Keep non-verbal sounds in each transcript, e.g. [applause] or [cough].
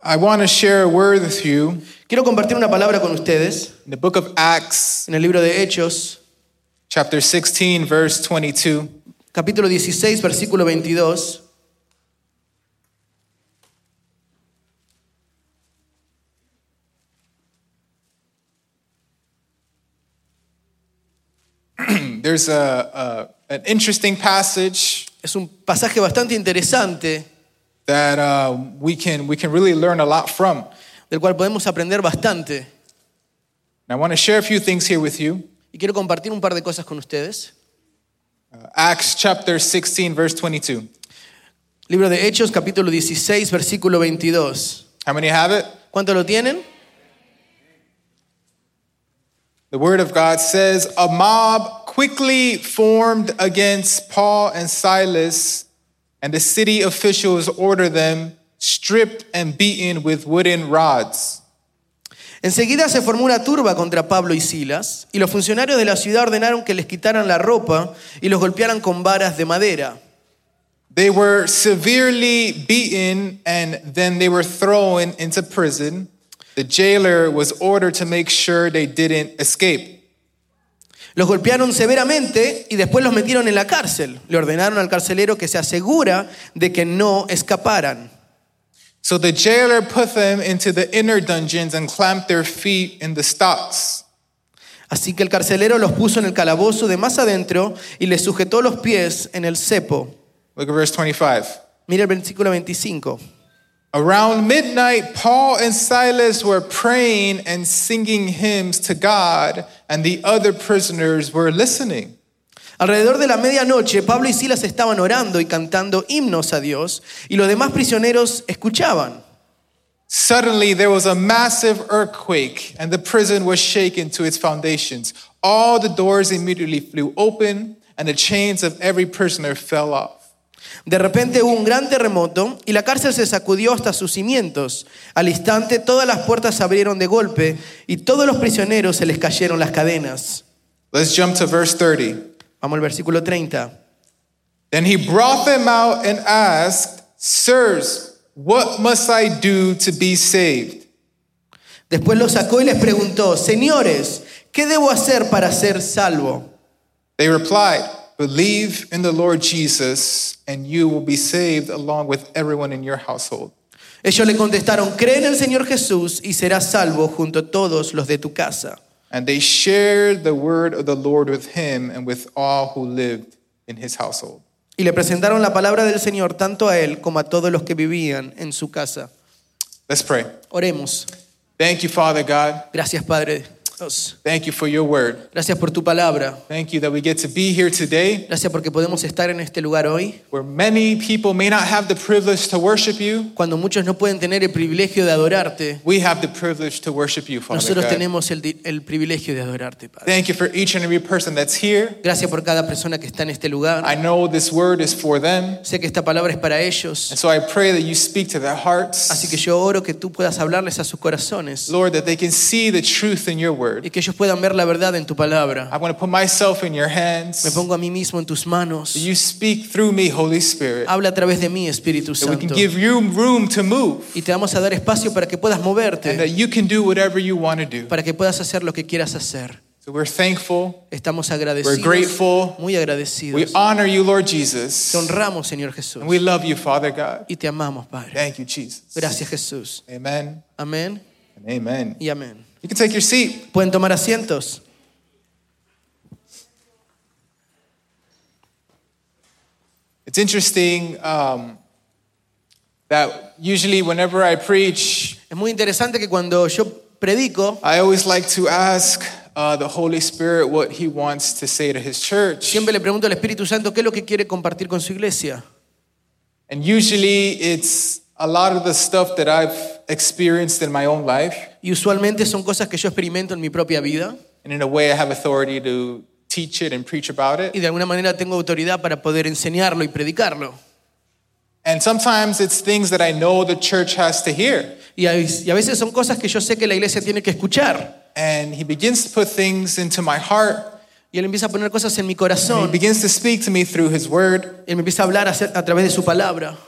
I want to share a word with you Quiero compartir una palabra con ustedes in the book of Acts, en el libro de Hechos, chapter 16, verse 22. capítulo 16, versículo 22. There's a, a an interesting passage Es un pasaje bastante interesante that uh, we can we can really learn a lot from. And del cual podemos aprender bastante. I want to share a few things here with you. Y quiero compartir un par de cosas con ustedes. Uh, Acts chapter 16, verse 22. Libro de Hechos, capítulo 16, versículo 22. How many have it? ¿Cuánto lo tienen? The word of God says, A mob quickly formed against Paul and Silas, and the city officials ordered them stripped and beaten with wooden rods. Enseguida se formó una turba contra Pablo y Silas, y los funcionarios de la ciudad ordenaron que les quitaran la ropa y los golpearan con varas de madera. They were severely beaten and then they were thrown into prison. The jailer was ordered to make sure they didn't escape. Los golpearon severamente y después los metieron en la cárcel. Le ordenaron al carcelero que se asegura de que no escaparan. So the jailer put them into the inner dungeons and clamped their feet in the stocks. Así que el carcelero los puso en el calabozo de más adentro y les sujetó los pies en el cepo. Look at verse 25. Mira el versículo 25. Around midnight, Paul and Silas were praying and singing hymns to God, and the other prisoners were listening. Alrededor de la medianoche, Pablo y Silas estaban orando y cantando himnos a Dios y los demás prisioneros escuchaban. Suddenly, there was a massive earthquake, and the prison was shaken to its foundations. All the doors immediately flew open, and the chains of every prisoner fell off. De repente hubo un gran terremoto y la cárcel se sacudió hasta sus cimientos. Al instante todas las puertas se abrieron de golpe y todos los prisioneros se les cayeron las cadenas. Let's jump to verse 30. Vamos al versículo 30. Then he brought them out and asked, Sirs, what must I do to be saved? Después los sacó y les preguntó, señores, ¿qué debo hacer para ser salvo? They replied, Believe in the Lord Jesus, and you will be saved along with everyone in your household. Ellos le contestaron, cree en el Señor Jesús y serás salvo junto a todos los de tu casa. And they shared the word of the Lord with him and with all who lived in his household. Y le presentaron la palabra del Señor tanto a él como a todos los que vivían en su casa. Let's pray. Oremos. Thank you, Father God. Gracias, Padre. Dios. Thank you for your word. Gracias por tu palabra. Thank you that we get to be here today Gracias porque podemos estar en este lugar hoy, where many people may not have the privilege to worship you. cuando muchos no pueden tener el privilegio de adorarte. We have the privilege to worship you, Father Nosotros God. tenemos el, di- el privilegio de adorarte, Padre. Thank you for each and every person that's here. Gracias por cada persona que está en este lugar. I know this word is for them. Sé que esta palabra es para ellos, And so I pray that you speak to their hearts. así que yo oro que tú puedas hablarles a sus corazones Lord, that they can see the truth in your y word. que ellos puedan ver la verdad en tu palabra. I want to put myself in your hands. Me pongo a mí mismo en tus manos. You speak through me, Holy Spirit, Habla a través de mí, Espíritu that we can Santo. give you room to move Y te vamos a dar espacio para que puedas and moverte, that you can do whatever you want to do. para que puedas hacer lo que quieras hacer. So we're thankful. Estamos We're agradecidos, grateful. muy We agradecidos. honor you, Lord Jesus. Te honramos, Señor Jesús. And we love you, Father God. Y te amamos, Padre. Thank you, Jesus. Gracias, Jesús. Amen Amén and amen. y amén. You can take your seat. ¿Pueden tomar asientos? It's interesting um, that usually whenever I preach, Es muy interesante que cuando yo predico, I always like to ask uh, the Holy Spirit what He wants to say to His church. siempre le pregunto al Espíritu Santo qué es lo que quiere compartir con su iglesia. And usually it's a lot of the stuff that I've experienced in my own life. Y usualmente son cosas que yo experimento en mi propia vida And in a way, I have authority to teach it and preach about y it. de alguna manera tengo autoridad para poder enseñarlo y predicarlo. And sometimes it's things that I know the church has to hear. Y a, y a veces son cosas que yo sé que la iglesia tiene que escuchar. And He begins to put things into my heart. Y Él empieza a poner cosas en mi He corazón. begins to speak to me through His Word. Él me empieza a hablar a, ser- a través de su palabra.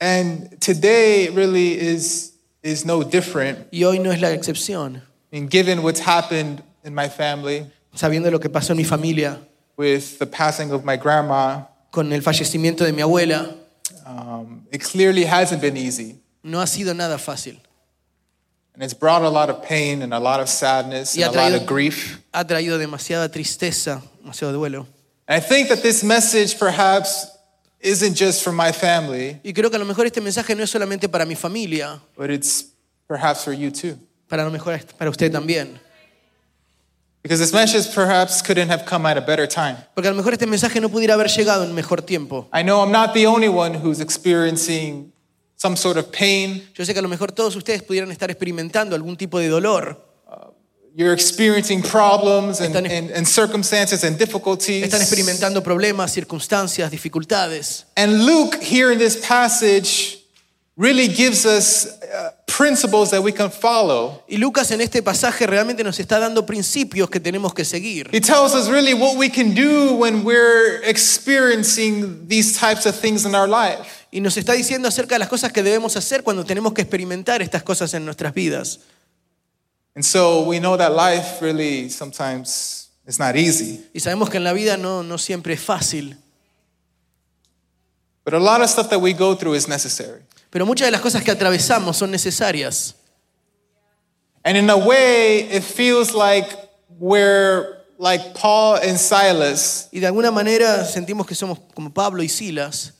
And today really is is no different. Y hoy no es la excepción. And given what's happened in my family Sabiendo lo que pasó en mi familia, with the passing of my grandma, con el fallecimiento de mi abuela, um, it clearly hasn't been easy. no ha sido nada fácil. And it's brought a lot of pain and a lot of sadness Y and ha a lot traído, of grief. ha traído demasiada tristeza, demasiado duelo. And I think that this message perhaps isn't just for my family, Y creo que a lo mejor este mensaje no es solamente para mi familia, but it's perhaps for you too. para lo mejor es para usted también. Because this message perhaps couldn't have come at a better time. Porque a lo mejor este mensaje no pudiera haber llegado en mejor tiempo. I know I'm not the only one who's experiencing some sort of pain. Yo sé que a lo mejor todos ustedes pudieran estar experimentando algún tipo de dolor. You're experiencing problems and, Están- and, and circumstances and Están difficulties. experimentando problemas, circunstancias, dificultades. And Luke, here in this passage, really gives us uh, principles that we can follow. Y Lucas en este pasaje realmente nos está dando principios que tenemos que seguir. He tells us really what we can do when we're experiencing these types of things in our life. Y nos está diciendo acerca de las cosas que debemos hacer cuando tenemos que experimentar estas cosas en nuestras vidas. And so we know that life really sometimes is not easy. Y sabemos que en la vida no, no siempre es fácil. But a lot of stuff that we go through is necessary. Pero muchas de las cosas que atravesamos son necesarias. And in a way, it feels like we're like Paul and Silas, Y de alguna manera sentimos que somos como Pablo y Silas.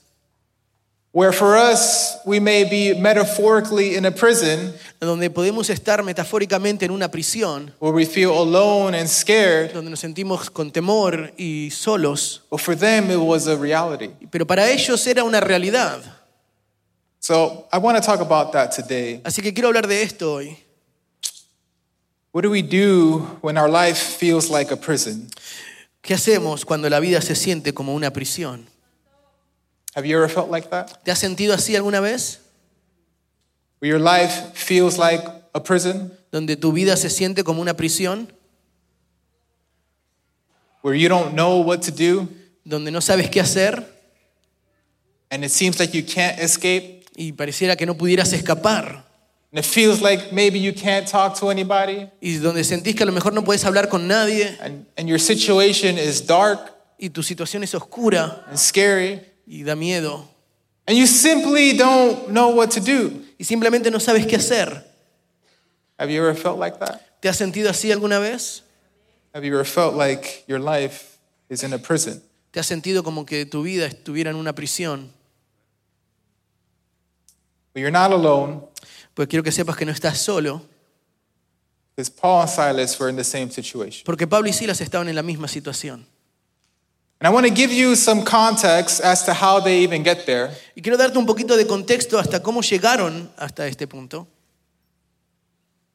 where for us, we may be metaphorically in a prison donde podemos estar metafóricamente en una prisión, where we feel alone and scared. donde nos sentimos con temor y solos, But for them, it was a reality. pero para ellos era una realidad. So I want to talk about that today. Así que quiero hablar de esto hoy. What do we do when our life feels like a prison? ¿Qué hacemos cuando la vida se siente como una prisión? Have you ever felt like that? ¿Te has sentido así alguna vez? Where your life feels like a prison, ¿Donde tu vida se siente como una prisión? where you don't know what to do, ¿Donde no sabes qué hacer and it seems like you can't escape? y pareciera que no pudieras escapar? And it feels like maybe you can't talk to anybody, ¿Y donde sentís que a lo mejor no puedes hablar con nadie and, and your situation is dark y tu situación es oscura and scary, y da miedo and you simply don't know what to do. y simplemente no sabes qué hacer? Have you ever felt like that? ¿Te has sentido así alguna vez? Have you ever felt like your life is in a prison? ¿Te has sentido como que tu vida estuviera en una prisión? But you're not alone, Pues quiero que sepas que no estás solo, because Paul and Silas were in the same situation. porque Pablo y Silas estaban en la misma situación. And I want to give you some context as to how they even get there. Y quiero darte un poquito de contexto hasta cómo llegaron hasta este punto.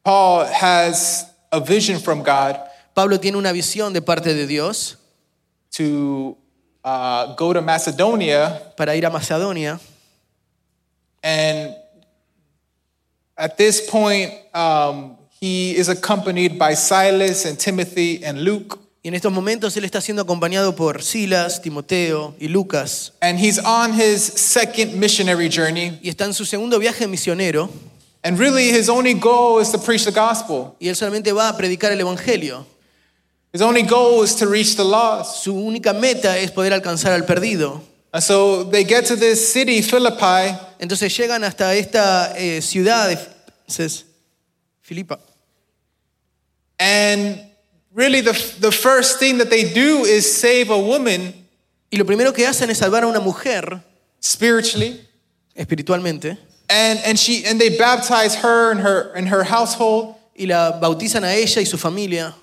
Paul has a vision from God Pablo tiene una visión de parte de Dios to uh, go to Macedonia para ir a Macedonia. And at this point, um, he is accompanied by Silas and Timothy and Luke. Y en estos momentos él está siendo acompañado por Silas, Timoteo y Lucas. And he's on his second missionary journey. Y está en su segundo viaje misionero And really, his only goal is to preach the gospel. y él solamente va a predicar el Evangelio. His only goal is to reach the lost. Su única meta es poder alcanzar al perdido. And so they get to this city, Philippi, Entonces llegan hasta esta eh, ciudad de Ses- Filipa. and really the, the first thing that they do is save a woman Y lo primero que hacen es salvar a una mujer spiritually. espiritualmente And, and, she, and they baptize her and her, and her household. y la bautizan a ella y su familia.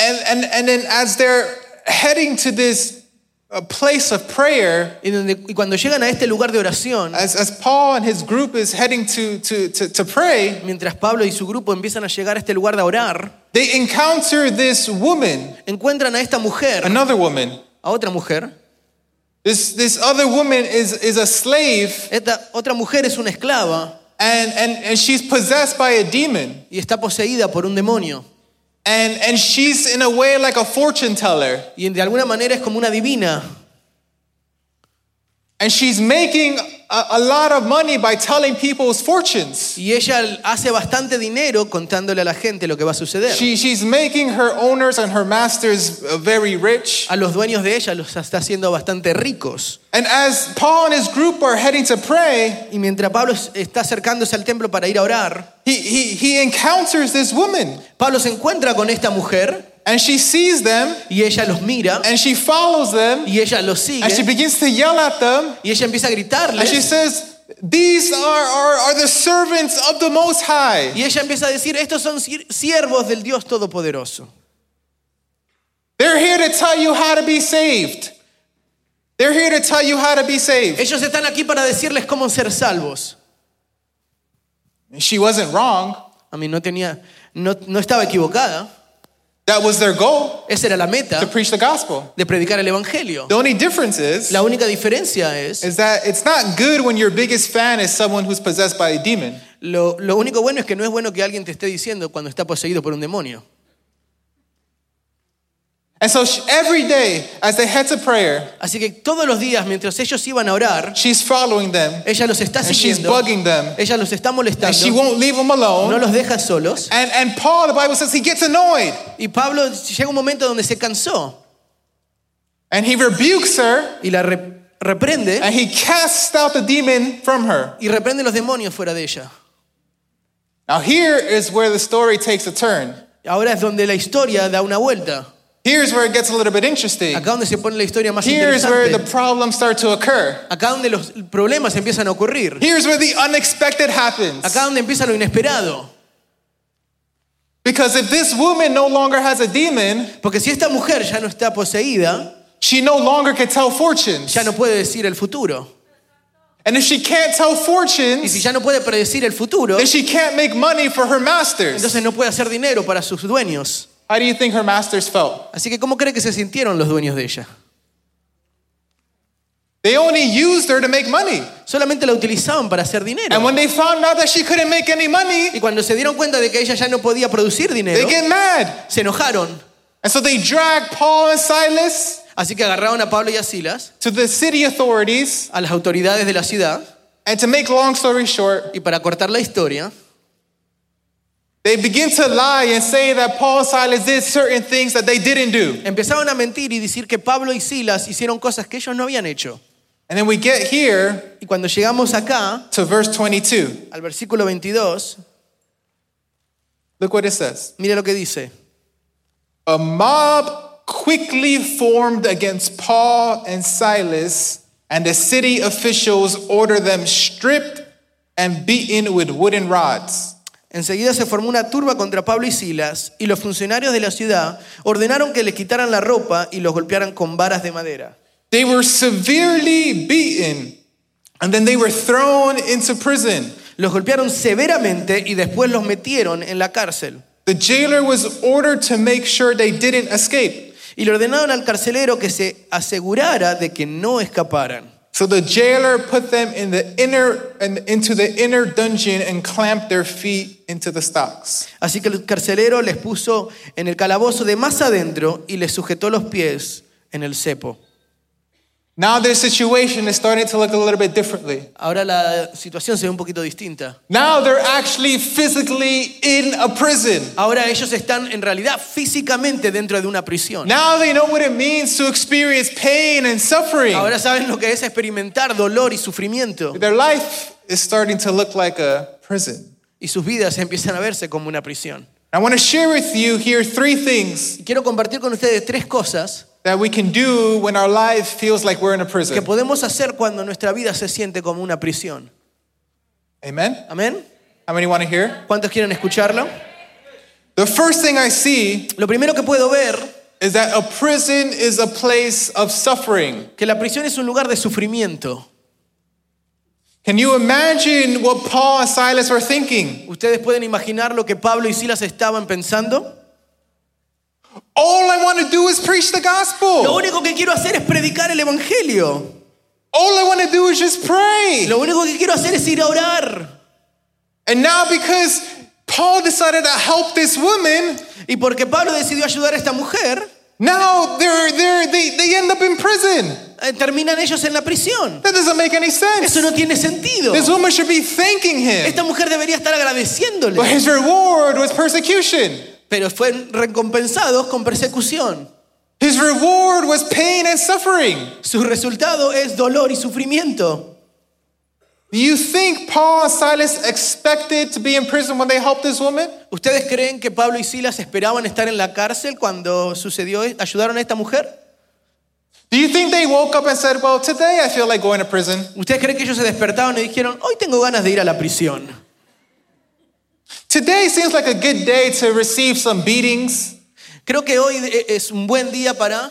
And, and, and then as they're heading to this uh, place of prayer, Y, donde- y cuando llegan a este lugar de oración, as, as Paul and his group is heading to, to, to, to pray, mientras Pablo y su grupo empiezan a llegar a este lugar de orar, they encounter this woman, encuentran a esta mujer, another woman. a otra mujer. This, this other woman is, is a slave, Esta otra mujer es una esclava and, and, and she's possessed by a demon. y está poseída por un demonio. And, and she's in a way like a fortune teller. Y de alguna manera es como una divina. And she's making a, a lot of money by telling people's fortunes. Y ella hace bastante dinero contándole a la gente lo que va a suceder. She, she's making her owners and her masters uh, very rich. A los dueños de ella los está haciendo bastante ricos. And as Paul and his group are heading to pray, Y mientras Pablo está acercándose al templo para ir a orar, he, he, he encounters this woman Pablo se encuentra con esta mujer and she sees them y ella los mira and she follows them y ella los and she sigue begins to yell at them y ella empieza a and she gritarles says, These are, are, are the servants of the Most High. y ella empieza a decir, estos son sir- siervos del Dios Todopoderoso. They're here to tell you how to be saved. They're here to tell you how to be saved. Ellos están aquí para decirles cómo ser salvos. She wasn't wrong. A mí no tenía, no, no estaba equivocada. That was their goal Esa era la to meta preach the gospel. de predicar el Evangelio. The only difference is, La única diferencia es, is that it's not good when your biggest fan is someone who's possessed by a demon. lo, lo único bueno es que no es bueno que alguien te esté diciendo cuando está poseído por un demonio. And so she, every day, as they head to prayer, Así que todos los días, mientras ellos iban a orar, she's following them ella los está and she's siguiendo, bugging them ella los está and she molestando, won't leave them no alone. los deja solos. And, and Paul, the Bible says, he gets annoyed Y Pablo llega un momento donde se cansó and he rebukes her y la re- reprende and he casts out the demon from her. y reprende los demonios fuera de ella. Now, here is where the story takes a turn. Ahora es donde la historia da una vuelta. Here's where it gets a little bit interesting. Acá donde se pone la historia más Here's where the interesante. problems start to occur. Acá donde los problemas empiezan a ocurrir. Here's where the unexpected happens. Acá donde empieza lo inesperado. Because if this woman no longer has a demon, Porque si esta mujer ya no está poseída, she no longer can tell fortunes. ya no puede decir el futuro. And if she can't tell Y si fortunes, ya no puede predecir el futuro, then she can't make money for her masters. entonces no puede hacer dinero para sus dueños. How do you think her masters felt? Así que ¿cómo cree que se sintieron los dueños de ella? They only used her to make money. Solamente la utilizaban para hacer And dinero. when they found out that she couldn't make any Y money, cuando se dieron cuenta de que ella ya no podía producir they dinero, get mad. se enojaron. And so they drag Paul and Silas Así que agarraron a Pablo y a Silas, to the city authorities. a las autoridades de la ciudad, And to make long story short, y para cortar la historia, They begin to lie and say that Paul and Silas did certain things that they didn't do. empezaron a mentir y decir que Pablo y Silas hicieron cosas que ellos no habían hecho. And then we get here Y cuando llegamos acá, to verse 22. al versículo 22, Look what it says. mire lo que dice. A mob quickly formed against Paul and Silas, and the city officials ordered them stripped and beaten with wooden rods. Enseguida se formó una turba contra Pablo y Silas, y los funcionarios de la ciudad ordenaron que les quitaran la ropa y los golpearan con varas de madera. They were severely beaten, and then they were thrown into prison. Los golpearon severamente y después los metieron en la cárcel. The jailer was ordered to make sure they didn't escape. Y le ordenaron al carcelero que se asegurara de que no escaparan. So the jailer put them in the inner and into the inner dungeon and clamped their feet into the stocks. Así que el carcelero les puso en el calabozo de más adentro y les sujetó los pies en el cepo. Now their situation is starting to look a little bit differently. Ahora la situación se ve un poquito distinta. Now they're actually physically in a prison. Ahora ellos están en realidad físicamente dentro de una prisión. Now they know what it means to experience pain and suffering. Ahora saben lo que es experimentar dolor y sufrimiento. Their life is starting to look like a prison. Y sus vidas empiezan a verse como una prisión. I want to share with you here three things Y quiero compartir con ustedes tres cosas that we can do when our life feels like we're in a que prison. podemos hacer cuando nuestra vida se siente como una prisión. Amen. ¿Amén? How many want to hear? ¿Cuántos quieren escucharlo? The first thing I see Lo primero que puedo ver is that a prison is a place of suffering. que la prisión es un lugar de sufrimiento. Can you imagine what Paul and Silas were thinking? ¿Ustedes pueden imaginar lo que Pablo y Silas estaban pensando? All I want to do is preach the Lo gospel. único que quiero hacer es predicar el Evangelio. All I want to do is just pray. Lo único que quiero hacer es ir a orar. And now, because Paul decided to help this woman, Y porque Pablo decidió ayudar a esta mujer, now they're, they're, they, they end up in prison. eh, terminan ellos en la prisión. That doesn't make any sense. Eso no tiene sentido. This woman should be thanking him. Esta mujer debería estar But agradeciéndole, his reward was persecution. pero fueron recompensados con persecución. His reward was pain and suffering. Su resultado es dolor y sufrimiento. Do you think Paul and Silas expected to be in prison when they helped this woman? ¿Ustedes creen que Pablo y Silas esperaban estar en la cárcel cuando sucedió, e- ayudaron a esta mujer? Do you think they woke up and said, Well, today I feel like going to prison? ¿Ustedes creen que ellos se despertaron y dijeron, hoy tengo ganas de ir a la prisión? Today seems like a good day to receive some beatings, Creo que hoy e- es un buen día para,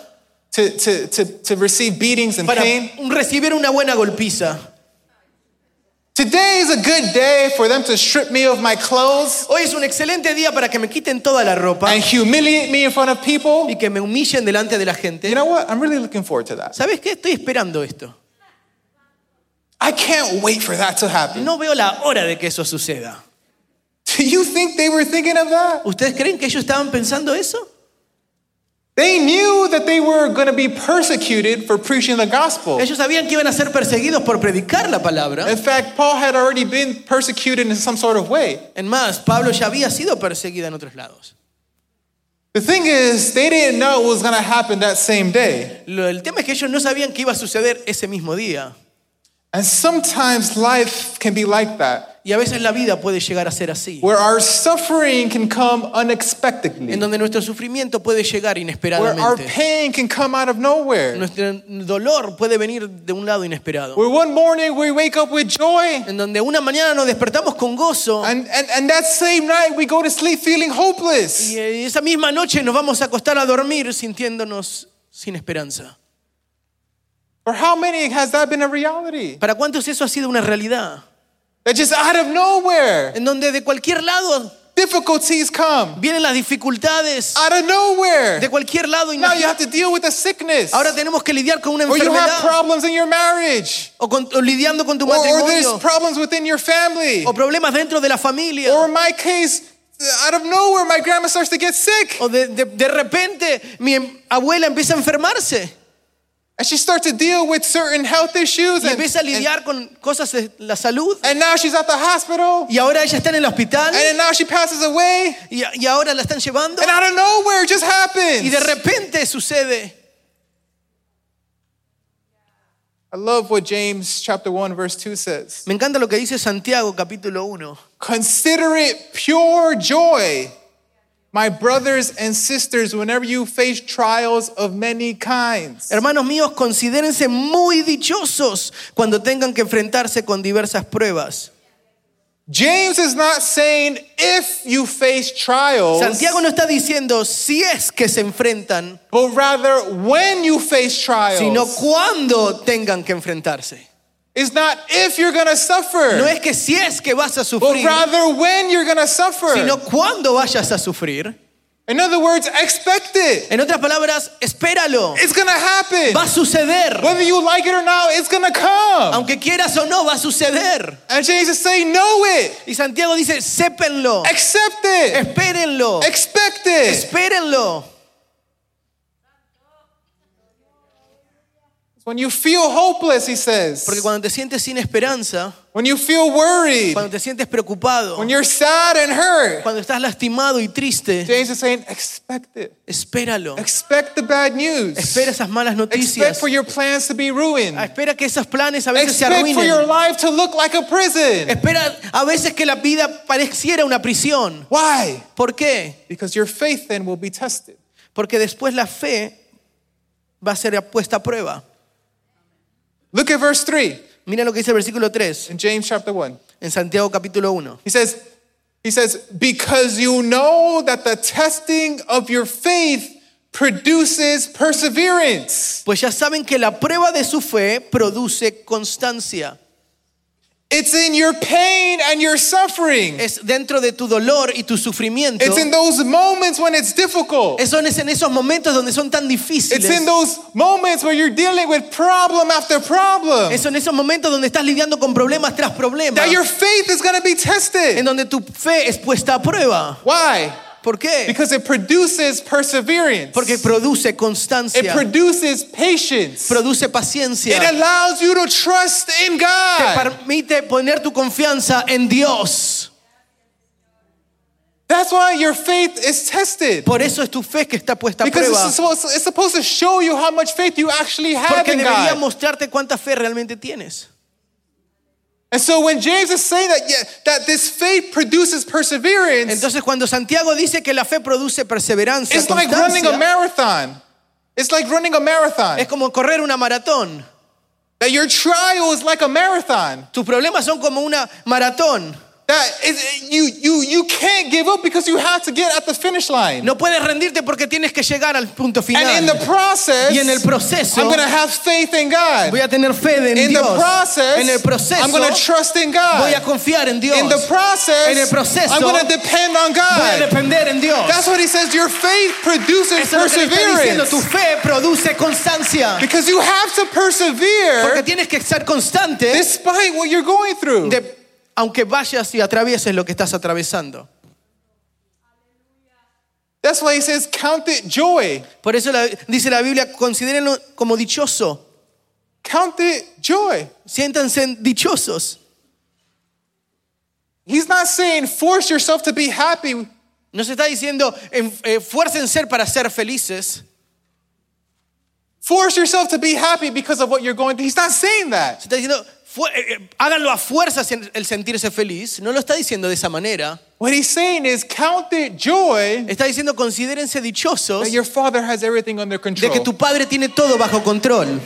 to, to, to, to receive beatings and para pain. recibir una buena golpiza. Today is a good day for them to strip me of my clothes Hoy es un excelente día para que me quiten toda la ropa and humiliate me in front of people. y que me humillen delante de la You gente. know what? I'm really looking forward to that. ¿Sabes qué? Estoy esperando esto. I can't wait for that to happen. No veo la hora de que eso suceda. Do you think they were thinking of that? ¿Ustedes creen que ellos estaban pensando eso? They knew that they were going to be persecuted for preaching the gospel. Ellos sabían que iban a ser perseguidos por predicar la palabra. In fact, Paul had already been persecuted in some sort of way. En más, Pablo ya había sido perseguida en otros lados. The thing is, they didn't know what was going to happen that same day. Lo- el tema es que ellos no sabían que iba a suceder ese mismo día. And sometimes life can be like that, Y a veces la vida puede llegar a ser así, where our suffering can come unexpectedly, en donde nuestro sufrimiento puede llegar where our inesperadamente. pain can come out of nowhere, Nuestro dolor puede venir de un lado inesperado. where one morning we wake up with joy, En donde una mañana nos despertamos con gozo and, and, and that same night we go to sleep feeling hopeless. y eh, esa misma noche nos vamos a acostar a dormir sintiéndonos sin esperanza. For how many has that been a reality? ¿Para cuántos eso ha sido una realidad? That just out of nowhere, En donde de cualquier lado difficulties come. vienen las dificultades, Out of nowhere. de cualquier lado. Now you imagina- have to deal with a sickness. Ahora tenemos que lidiar con una Or you have enfermedad problems in your marriage. o, con- o lidiando con tu Or, or there's matrimonio problems within your family. o problemas dentro de la familia. Or in my case, uh, out of nowhere, my grandma starts to get sick. O de, de- de repente mi em- abuela empieza a enfermarse And she starts to deal with certain health issues. y And, empieza a and, lidiar con cosas de la salud. and now she's at the hospital. Y ahora ella está en el hospital And then now she passes away. y, y ahora la están llevando. And out of nowhere, it just Y de happens. repente sucede. I love what James chapter 1, verse 2 says. Me encanta lo que dice Santiago capítulo 1. Consider it pure joy, my brothers and sisters, whenever you face trials of many kinds. Hermanos míos, considérense muy dichosos cuando tengan que enfrentarse con diversas pruebas. James is not saying if you face trials, Santiago no está diciendo si es que se enfrentan, but rather when you face trials. sino cuando tengan que enfrentarse. it's not if you're going to suffer, No es que si es que vas a but sufrir, rather when you're going to suffer. sino cuando vayas a sufrir. In other words, expect it. En otras palabras, espéralo. It's going to happen. Va a suceder. Whether you like it or not, it's going to come. Aunque quieras o no, va a suceder. and James is saying, know it. Y Santiago dice, sépenlo, Accept it. espérenlo, expect it. espérenlo. When you feel hopeless, he says. Porque cuando te sientes sin esperanza, When you feel worried, cuando te sientes preocupado, when you're sad and hurt, cuando estás lastimado y triste, James is saying, expect it. espéralo. Expect the bad news. Espera esas malas Expect noticias. for your plans to be ruined. Ah, Espera que esos planes a veces se Expect for your arruinen. life to look like a prison. Espera a veces que la vida pareciera una prisión. Why? ¿Por qué? Because your faith then will be tested. Porque después la fe va a ser puesta a prueba. Look at verse 3 Mira lo que dice el versículo 3 in James chapter 1. en Santiago capítulo 1. He says, he says, because you know that the testing of your faith produces perseverance. Pues ya saben que la prueba de su fe produce constancia. It's in your pain and your suffering. Es dentro de tu dolor y tu sufrimiento. It's in those moments when it's difficult. Es- son- es en esos momentos donde son tan It's difíciles. in those moments where you're dealing with problem after problem. Es en esos momentos donde estás lidiando con problemas tras problemas. That your faith is going to be En tested. donde tu fe es puesta a prueba. Why? ¿Por qué? Because it produces perseverance. Porque produce It constancia, produces patience. produce It paciencia, allows you to trust in te God. permite poner tu confianza en Dios. That's why your faith is tested. Por eso es tu fe que está puesta a Because prueba. it's supposed, it's supposed to show you how much faith you actually have Porque in debería God. mostrarte cuánta fe realmente tienes. And so when James is saying that, yeah, that this faith produces perseverance, Entonces cuando Santiago dice que la fe produce perseverancia, it's like running a constancia, marathon. It's like running a marathon. es como correr una maratón. That your trial is like a marathon. Tus problemas son como una maratón. That is, you, you, you can't give up because you have to get at the finish line. No puedes rendirte porque tienes que llegar al punto And in final. the process, Y en el proceso I'm going to have faith in voy God. a tener fe en In the Dios. process, en el proceso I'm going to trust in voy a God. confiar en Dios. In the process, En el proceso, I'm going to depend on voy God. a depender en Dios. That's what he says. Your faith produces Eso es lo que le está diciendo. Tu perseverance. fe produce constancia. Because you have to Porque persevere tienes que ser constante despite what you're going through. de- aunque vayas y atravieses lo que estás atravesando. That's why he says, count it joy. Por eso la- dice la Biblia, considérenlo como dichoso. Count it joy. Siéntanse dichosos. He's not saying force yourself to be happy. Nos está diciendo, en- eh, esfuércense para ser felices. Force yourself to be happy because of what you're going through. He's not saying Se that. está diciendo, fu- eh, eh, háganlo a fuerzas en- el sentirse feliz. No lo está diciendo de esa manera. What he's saying is, count it joy Está diciendo, considérense dichosos that your father has everything under de que control. tu padre tiene todo bajo control.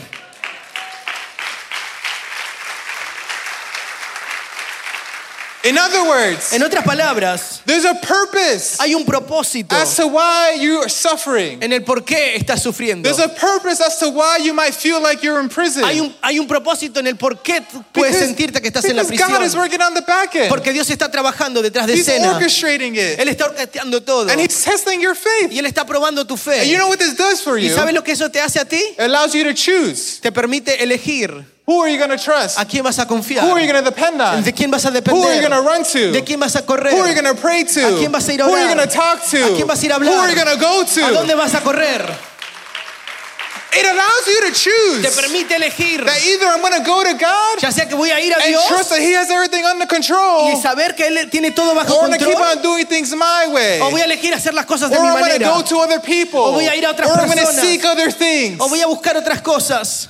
In other words, En otras palabras, there's a purpose hay un propósito as to why you are suffering. en el por qué estás sufriendo. There's a purpose as to why you might feel like you're in prison. Hay un, hay un propósito en el por qué tú puedes Because- sentirte que estás en la because God is prisión. working on the back end. Porque Dios está trabajando detrás de He's escena. orchestrating it. Él está orquesteando todo. And he's testing your Y faith. Él está probando tu fe. And you know what this does for ¿Y you? sabes It lo que eso te hace a ti? allows you to choose. Te permite elegir Who are you going to trust? a quién vas a confiar. Who are you going to depend on? ¿De quién vas a Who are you depender? going to run ¿De to? quién vas a correr? Who are you going to pray to? ¿A quién vas a ir a Who are you orar? going to talk to? ¿A quién vas a ir a Who are hablar? you going to go ¿A dónde to? vas a correr? It allows you to Te choose permite elegir. that either I'm going to go to God Ya sea que voy a ir a and Dios trust that He has everything under control, y saber que Él tiene todo bajo or I'm going to keep control. on doing things my way. O voy a elegir hacer las cosas de Or mi I'm going to manera. go to other people. O voy a ir a otras or I'm going to personas. seek other things. O voy a buscar otras cosas.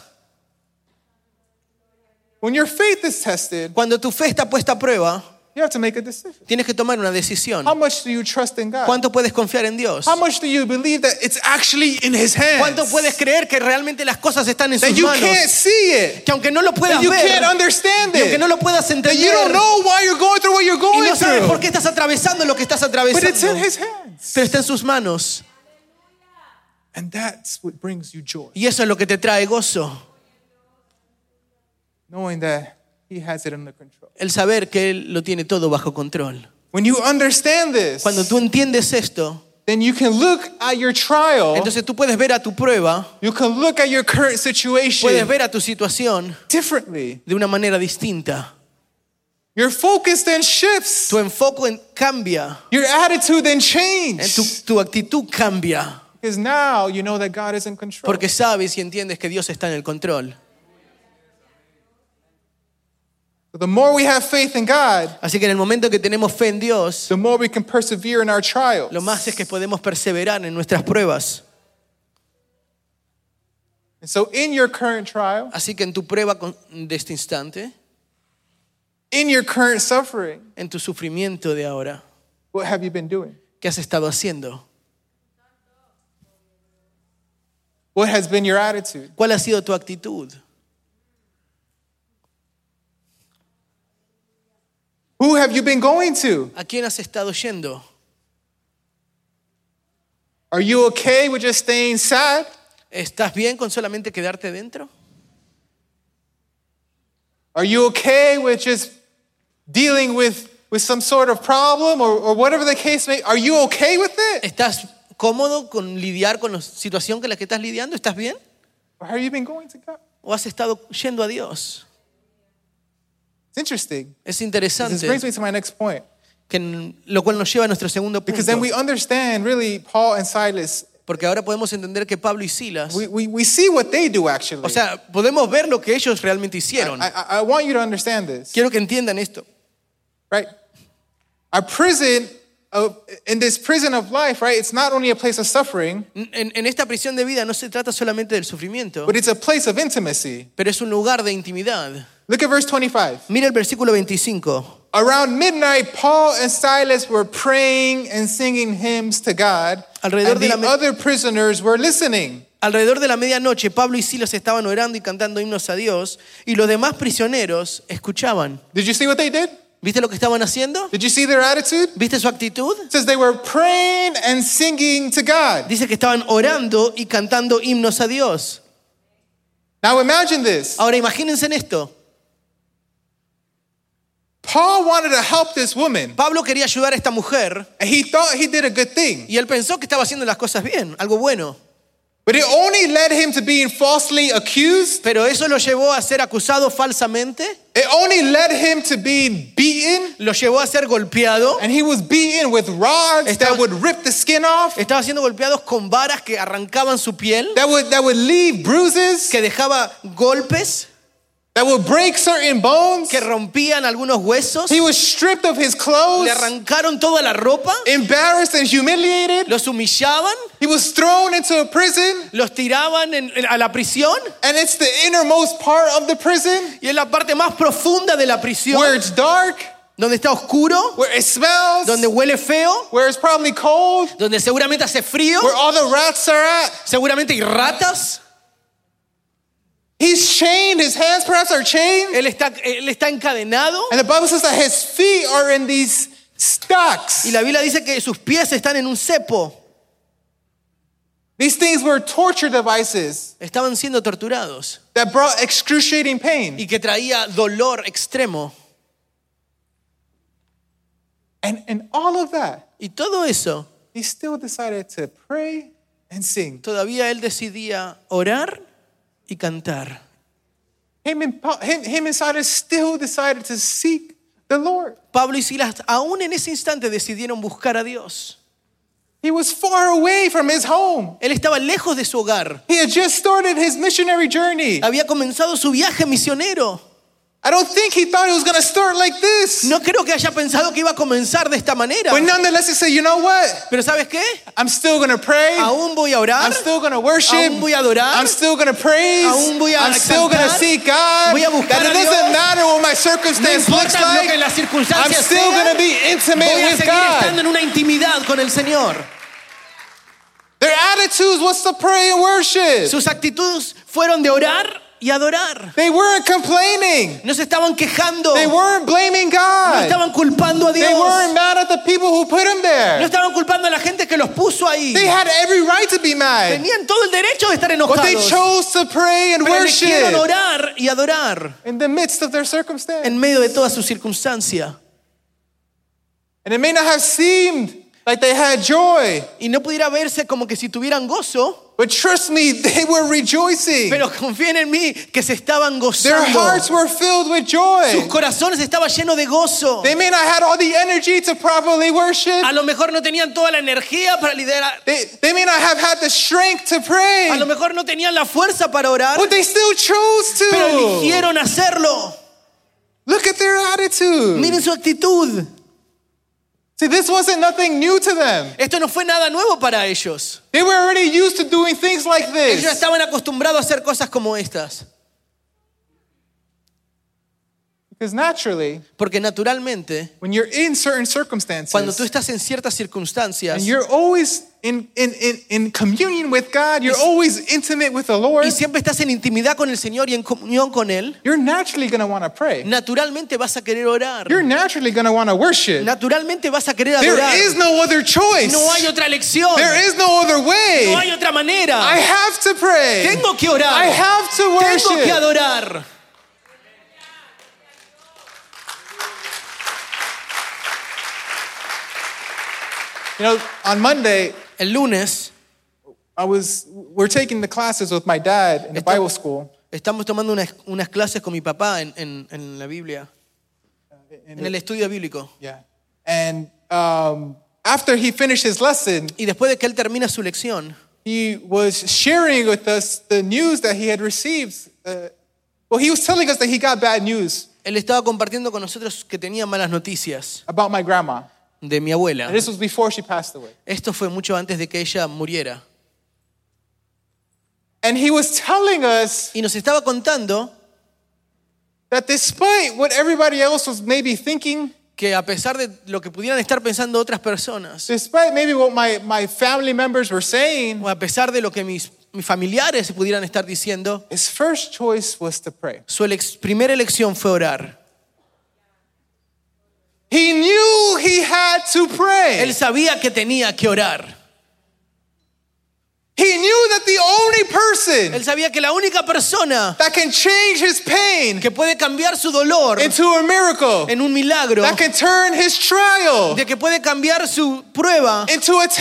When your faith is tested, Cuando tu fe está puesta a prueba, you have to make a decision. tienes que tomar una decisión. How much do you trust in God? ¿Cuánto puedes confiar en Dios? How much do you believe that it's actually in His hands? ¿Cuánto puedes creer que realmente las cosas están en that sus you manos? can't see it. Que aunque no lo puedas That you ver, can't understand y aunque it. no lo puedas that entender, you don't know why you're going through what you're y going no sabes por through. qué estás atravesando lo que estás But it's in atravesando, His hands. pero está en sus manos. And that's what brings you joy. Y eso es lo que te trae gozo, Knowing that He has it under control. el saber que Él lo tiene todo bajo control. When you understand this, Cuando tú entiendes esto, then you can look at your trial. entonces tú puedes ver a tu prueba, You can look at your current puedes situation ver a tu situación differently. de una manera distinta. Your focus then shifts. Tu enfoque en- cambia, Your attitude then en tu, changes. tu actitud cambia, Because now you know that God is in control. porque sabes y entiendes que Dios está en el control. The more we have faith in God, Así que en el momento que tenemos fe en Dios, the more we can persevere in our trials. lo más es que podemos perseverar en nuestras pruebas. And so, in your current trial, Así que en tu prueba con- de este instante, in your current suffering, en tu sufrimiento de ahora, what have you been doing? ¿qué has estado haciendo? What has been your attitude? ¿Cuál ha sido tu actitud? Who have you been going to? ¿A quién has estado yendo? Are you okay with just staying sad? ¿Estás bien con solamente quedarte dentro? Are you okay with just dealing with, with some sort of problem or, or whatever the case may Are you okay with it? ¿Estás cómodo con lidiar con la situación con la que estás lidiando? ¿Estás bien? Or have you been going to God? ¿O has estado yendo a Dios? It's interesting. Es This brings interesante. me to my next point. que- lo cual nos lleva a nuestro segundo Because then punto. we understand really Paul and Silas. Porque ahora podemos entender que Pablo y Silas, We, we, we see what they do actually. o sea, podemos ver lo que ellos realmente hicieron. I, I- I want you to understand this, Quiero que entiendan esto. right? Our prison, of, in this prison of life, right, it's not only a place of suffering, En, en esta prisión de vida no se trata solamente del sufrimiento, but it's a place of intimacy. pero es un lugar de intimidad. Look at verse 25. Mira el versículo 25. Around midnight, Paul and Silas were praying and singing hymns to God, Alrededor and de la the me- other prisoners were listening. Alrededor de la medianoche, Pablo y Silas estaban orando y cantando himnos a Dios, y los demás prisioneros escuchaban. Did you see what they did? ¿Viste lo que estaban haciendo? Did you see their attitude? ¿Viste su actitud? It says they were praying and singing to God. Dice que estaban orando y cantando himnos a Dios. Now imagine this. Ahora imagínense en esto. Paul wanted to help this woman, Pablo quería ayudar a esta mujer and he thought he did a good thing. y él pensó que estaba haciendo las cosas bien, algo bueno. But it only led him to being falsely accused. Pero eso lo llevó a ser acusado falsamente, It only led him to being beaten, lo llevó a ser golpeado. and he was beaten with rods that would rip the skin off, Estaba siendo golpeados con varas que arrancaban su piel, that would that would leave bruises, que dejaba golpes, that would break certain bones. que rompían algunos huesos, He was stripped of his clothes, le arrancaron toda la ropa, embarrassed and humiliated. los humillaban, He was thrown into a prison, los tiraban en- en- a la prisión. and it's the innermost part of the prison Y en la parte más profunda de la prisión, where it's dark, donde está oscuro, where it smells, donde huele feo, where it's probably cold, donde seguramente hace frío, where all the rats are at. seguramente hay ratas. He's chained, his hands perhaps are chained. Él está, él está encadenado. And the Bible says that his feet are in these Y stocks. la Biblia dice que sus pies están en un cepo. These things were torture devices Estaban siendo torturados that brought excruciating pain. y que traía dolor extremo. And, and all of that, Y todo eso, he still decided to pray and sing. todavía él decidía orar y cantar. Him and, Pa- him, him and Silas still decided to seek the Lord. Pablo y Silas aún en ese instante decidieron buscar a Dios. He was far away from his home. Él estaba lejos de su hogar. He had just started his missionary journey. Había comenzado su viaje misionero. I don't think he thought it was going to start like this. No creo que haya pensado que iba a comenzar de esta manera. But nonetheless, he said, you know what? Pero ¿sabes qué? I'm still going to pray. Aún voy a orar, I'm still going to worship. Aún voy a adorar. I'm still going to praise. Aún voy a I'm still going to cantar. seek God. Voy a buscar that it a doesn't Dios. matter what my no circumstance looks importa lo like. que las I'm circunstancias still sean, going to be intimate voy a with seguir estando God. en una intimidad con el Señor. Their attitudes was to pray and worship. Sus actitudes fueron de orar y adorar. they weren't complaining. No se estaban quejando, They no weren't blaming God. estaban culpando a they Dios, weren't mad at the people who put him there. no estaban culpando a la gente que los puso ahí. they had every right to be mad. Tenían todo el derecho de estar But they enojados, chose to pray and pero eligieron worship orar y adorar in the midst of their circumstance. en medio de toda su circunstancia. And it may not have seemed like they had joy, Y no pudiera verse como que si tuvieran gozo, but trust me, [laughs] they were rejoicing. Pero confíen en mí que se estaban Their gozando. hearts were filled with Sus joy. corazones estaban llenos de gozo. They may not had all the energy to properly worship. A lo mejor no tenían toda la energía para liderar. They, they may not have had the strength to A lo pray, mejor no tenían la fuerza para orar. but they still chose Pero to. eligieron hacerlo. Look at their attitude. Miren su actitud. See, this wasn't nothing new to them. Esto no fue nada nuevo para ellos. They were already used to doing things like Ellos ya this. estaban acostumbrados a hacer cosas como estas. Because naturally, Porque naturalmente, when you're in certain cuando tú circumstances, estás en ciertas circunstancias and you're always in, in, in, in communion with God, you're always intimate with the Lord, y siempre estás en intimidad con el Señor y en comunión con Él, you're naturally going to want to pray. naturalmente vas a querer orar. You're naturally going to want to worship. Naturalmente vas a querer adorar. There is no other choice. No hay otra elección. There is no other No way. hay otra I manera. have to pray. Tengo que orar. I have to Tengo que worship. adorar. You know, on Monday, El lunes I was we're taking the classes with my dad in the Estamos- Bible school estamos tomando unas, unas clases con mi papá en, en- en la Biblia, in en el estudio bíblico. Yeah. And um, after he finished his lesson, Y después de que él termina su lección, he was sharing with us the news that he had received. Uh, well, he was telling us that he got bad news él estaba compartiendo con nosotros que tenía malas noticias about my grandma. de mi abuela. And this was before she passed away. Esto fue mucho antes de que ella muriera. And he was telling us Y nos estaba contando that despite what everybody else was maybe thinking, que a pesar de lo que pudieran estar pensando otras personas, despite maybe what my, my family members were saying, o a pesar de lo que mis, mis familiares pudieran estar diciendo, his first choice was to pray. su elex- primera elección fue orar. He knew he had to pray. Él sabía que tenía que orar. He knew that the only person Él sabía que la única persona that can change his pain que puede cambiar su dolor into a miracle, en un milagro, that can turn his trial de que puede cambiar su prueba into a en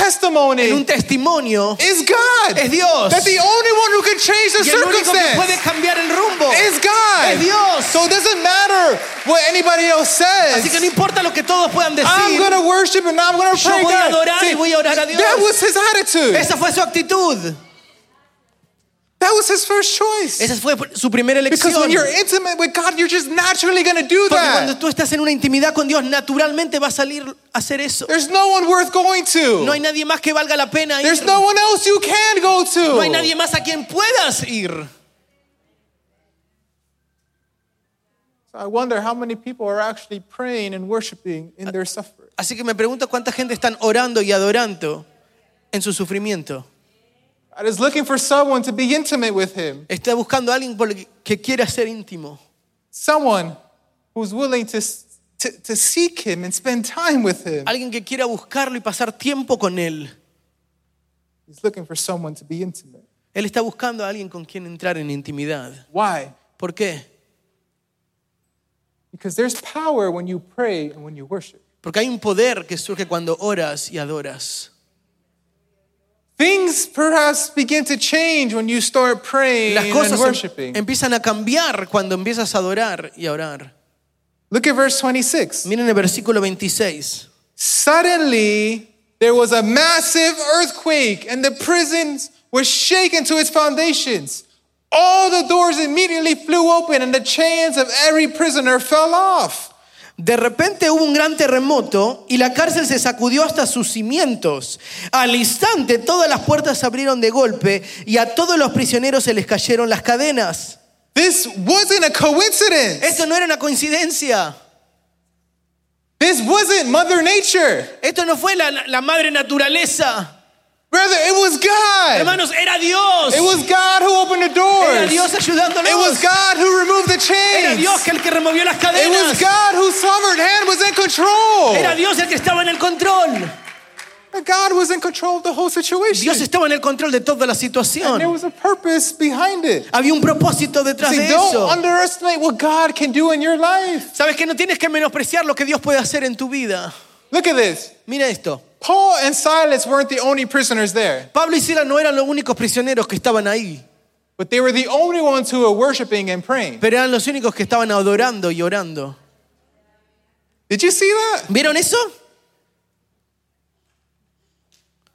un testimony, testimonio, is God. es Dios. That the only one who can change the y el único que puede circumstance cambiar el rumbo is God. es Dios. So it doesn't matter what anybody else Así que says. no importa lo que todos puedan I'm decir, going to worship and I'm going to Yo pray voy a God. adorar y voy a orar a Dios. That was his attitude. esa fue su actitud. That was his first choice. Esa fue su primera elección. Because when you're Porque intimate with God, you're just naturally going to do cuando that. tú estás en una intimidad con Dios, naturalmente va a salir a hacer eso. There's no one worth going No hay to. nadie más que valga la pena ir. There's no one else you can go No hay nadie to. más a quien puedas ir. So I wonder how many people are actually praying and worshiping in their suffering. Así que me pregunto cuánta gente están orando y adorando en su sufrimiento. God is looking for someone to be intimate with him. Está buscando a alguien por el que quiera ser íntimo. Someone who's willing to, to, to seek him and spend time with him. Alguien que quiera buscarlo y pasar tiempo con él. He's looking for someone to be intimate. Él está buscando a alguien con quien entrar en intimidad. Why? ¿Por qué? Because there's power when you pray and when you worship. Porque hay un poder que surge cuando oras y adoras. Things perhaps begin to change when you start praying Las and cosas em- worshiping. empiezan a cambiar cuando empiezas a adorar y a orar. Look at verse 26. Miren el versículo 26. Suddenly, there was a massive earthquake, and the prisons were shaken to its foundations. All the doors immediately flew open, and the chains of every prisoner fell off. De repente hubo un gran terremoto y la cárcel se sacudió hasta sus cimientos. Al instante todas las puertas se abrieron de golpe y a todos los prisioneros se les cayeron las cadenas. This wasn't a coincidence. Esto no era una coincidencia. This wasn't Mother Nature. Esto no fue la, la madre naturaleza. Brother, it was God. Hermanos, era Dios. It was God who opened the Era doors. Dios ayudándonos. It was God who removed the Era chains. Dios que el que removió las It cadenas. was God whose sovereign hand was in control. Era Dios el que estaba en el control. God was in control of the whole situation. Dios estaba en el control de toda la and there situación. was a purpose behind it. Había un propósito detrás See, de don't eso. underestimate what God can do in your life. Sabes que no tienes que menospreciar lo que Dios puede hacer en tu vida. Look at this. Mira esto. Paul and Silas weren't the only prisoners there, Pablo y Sila no eran los únicos prisioneros que estaban ahí, but they were the only ones who were worshiping and praying. pero eran los únicos que estaban adorando y orando. Did you see that? ¿Vieron eso?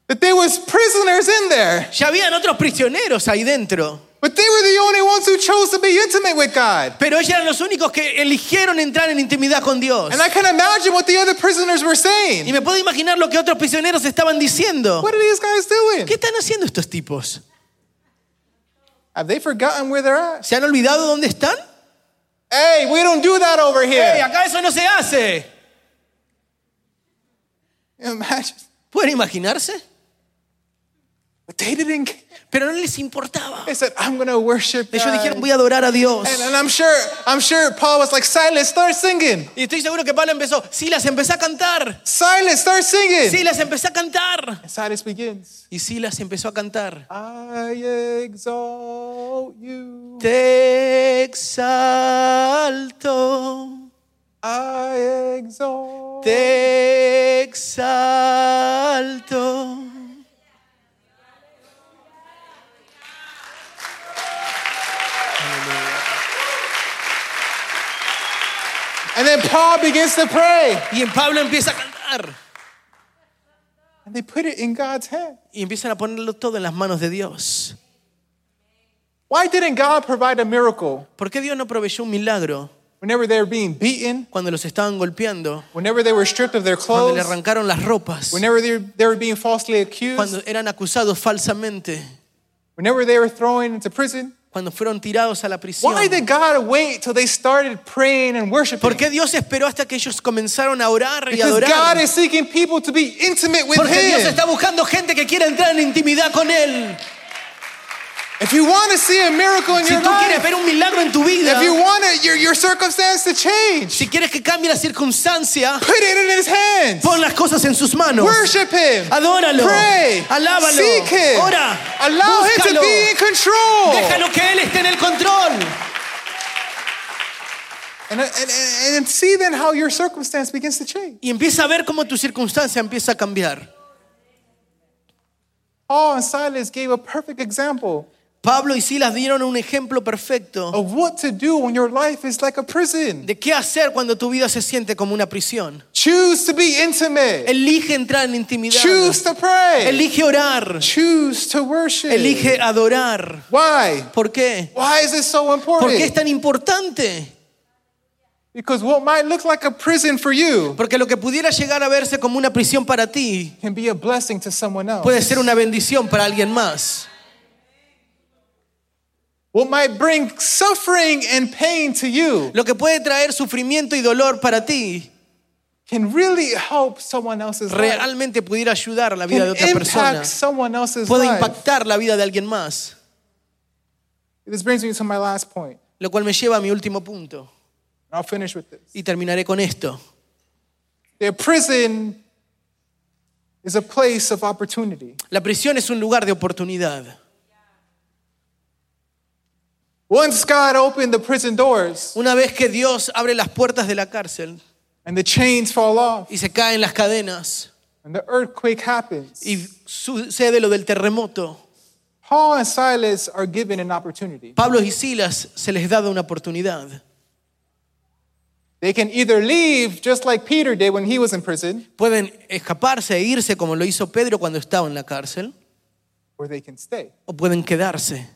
That there was prisoners in there, Ya habían otros prisioneros ahí dentro, but they were the only ones who chose to be intimate with God. pero ellos eran los únicos que eligieron entrar en intimidad con Dios. And I can imagine what the other prisoners were Y saying. me puedo imaginar lo que otros prisioneros estaban diciendo. What are these guys doing? ¿Qué están haciendo estos tipos? Have they forgotten where they're at? ¿Se han olvidado dónde están? Hey, we don't do that over ¡Ey, here. acá eso no se hace! Imagine. ¿Pueden imaginarse? But they didn't. care. Pero no les importaba. They said, "I'm gonna worship." Ellos God." dijeron, voy a adorar a Dios. And, and I'm sure, I'm sure Paul was like, Silas, start singing. Y estoy seguro que Pablo empezó, sí, las empecé a cantar. Silas, start singing. Sí, las empecé a cantar. And Silas begins. Y Silas empezó a cantar. I exalt you. Te exalto, I exalt. te exalto. And then Paul begins to pray. Y en Pablo empieza a cantar. matar. And they put it in God's hand. Y empiezan a ponerlo todo en las manos de Dios. Why didn't God provide a miracle ¿Por qué Dios no proveyó un milagro whenever they were being beaten, cuando los estaban golpeando? whenever they were stripped of their Cuando le clothes, arrancaron las ropas. whenever they, they were being falsely accused, Cuando eran acusados falsamente. whenever they were thrown into prison? Cuando fueron tirados a la prisión. Why did God wait till they started praying and worshiping? ¿Por qué Dios esperó hasta que ellos comenzaron a orar y a Because God adorar? is seeking people to be intimate with Porque Dios Him. está buscando gente que quiera entrar en intimidad con Él. If you want to see a miracle in Si your tú quieres life, ver un milagro en tu vida, if you want it, your, your circumstance to change, si quieres que cambie la circunstancia, put it in His hands. pon las cosas en sus manos. Worship Him. Adóralo. Pray. Alábalo. Seek Him. Ora. Allow Him Búscalo. to be in control. Déjalo que Él esté en el control. And, and, and, and see then how your circumstance begins to change. Y empieza a ver cómo tu circunstancia empieza a cambiar. Paul and Silas gave a perfect example Pablo y Silas dieron un ejemplo perfecto of what to do when your life is like a prison. de qué hacer cuando tu vida se siente como una prisión. Choose to be intimate. Elige entrar en intimidad. Choose to pray. Elige orar. Choose to worship. Elige adorar. Why? ¿Por qué? Why is this so ¿Por qué es important? tan importante? Because what might look like a prison for you Porque lo que pudiera llegar a verse como una prisión para ti can be a blessing to someone else. puede ser una bendición para alguien más. What might bring suffering and pain to you Lo que puede traer sufrimiento y dolor para ti can really help someone else's life. realmente pudiera ayudar la vida de Can otra persona. impact someone else's Puede life. impactar la vida de alguien más. This brings me to my last point. Lo cual me lleva a mi último punto. And I'll finish with this. Y terminaré con esto. Their prison is a place of opportunity. La prisión es un lugar de oportunidad. Once God opened the prison doors Una vez que Dios abre las puertas de la cárcel and the chains fall off y se caen las cadenas and the earthquake happens, y sucede lo del terremoto, Paul and Silas are given an opportunity. Pablo y Silas se les da una oportunidad. They can either leave just like Peter did when he was in prison, Pueden escaparse e irse como lo hizo Pedro cuando estaba en la cárcel, or they can stay. o pueden quedarse.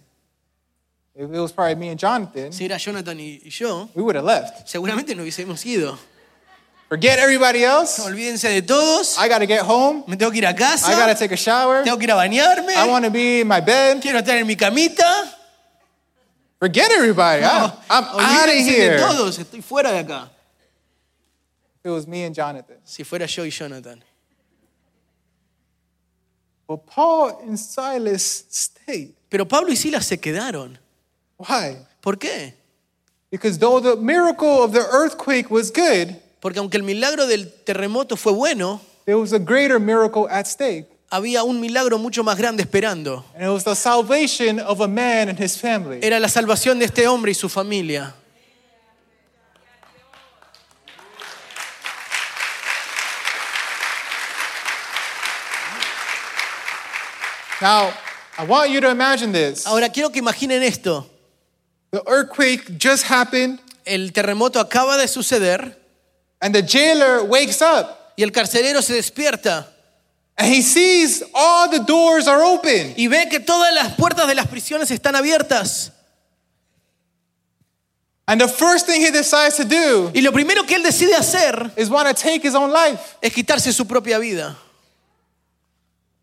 If it was probably me and Jonathan, Si era Jonathan y y yo, we would have left. seguramente no hubiésemos ido. Forget everybody else. Olvídense de todos, I gotta get home. me tengo que ir a I gotta casa, take a shower. tengo que ir a bañarme, I wanna be in my bed. quiero estar en mi camita. Forget everybody. I, I'm out Oh, of Olvídense de here. If todos, estoy fuera de acá. it was me and Jonathan. Si fuera yo y Jonathan. But Paul and Silas stayed. Pero Pablo y Silas se quedaron. Why? ¿Por qué? Because though the miracle of the earthquake was good, Porque aunque el milagro del terremoto fue bueno, there was a greater miracle at stake. había un milagro mucho más grande esperando. And it was the salvation of a man and his family. Era la salvación de este hombre y su familia. Now, I want you to imagine this. Ahora quiero que imaginen esto. The earthquake just happened, El terremoto acaba de suceder and the jailer wakes up y el carcelero se despierta and he sees all the doors are open. y ve que todas las puertas de las prisiones están abiertas. And the first thing he decides to do Y lo primero que él decide hacer is want to take his own life. es quitarse su propia vida.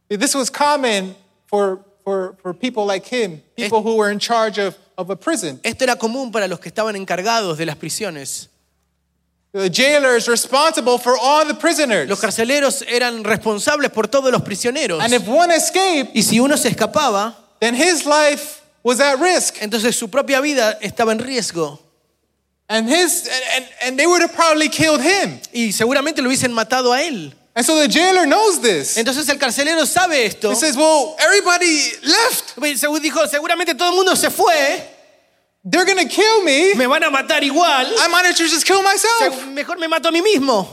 This was common for, for, for people like him, people who were in charge of, of a prison. Esto era común para los que estaban encargados de las prisiones. The jailer is responsible for all the prisoners. Los carceleros eran responsables por todos los prisioneros. And if one escaped, Y si uno se escapaba, then his life was at risk. entonces su propia vida estaba en riesgo. And, his, and, and, and they would have probably killed him. Y seguramente lo hubiesen matado a él. And so the jailer knows this. Entonces el carcelero sabe esto. He says, Well, everybody left. Y según dijo, seguramente todo el mundo se fue. They're going to kill me. Me van a matar igual. I might as well just kill myself. Se- Mejor me mato a mí mismo.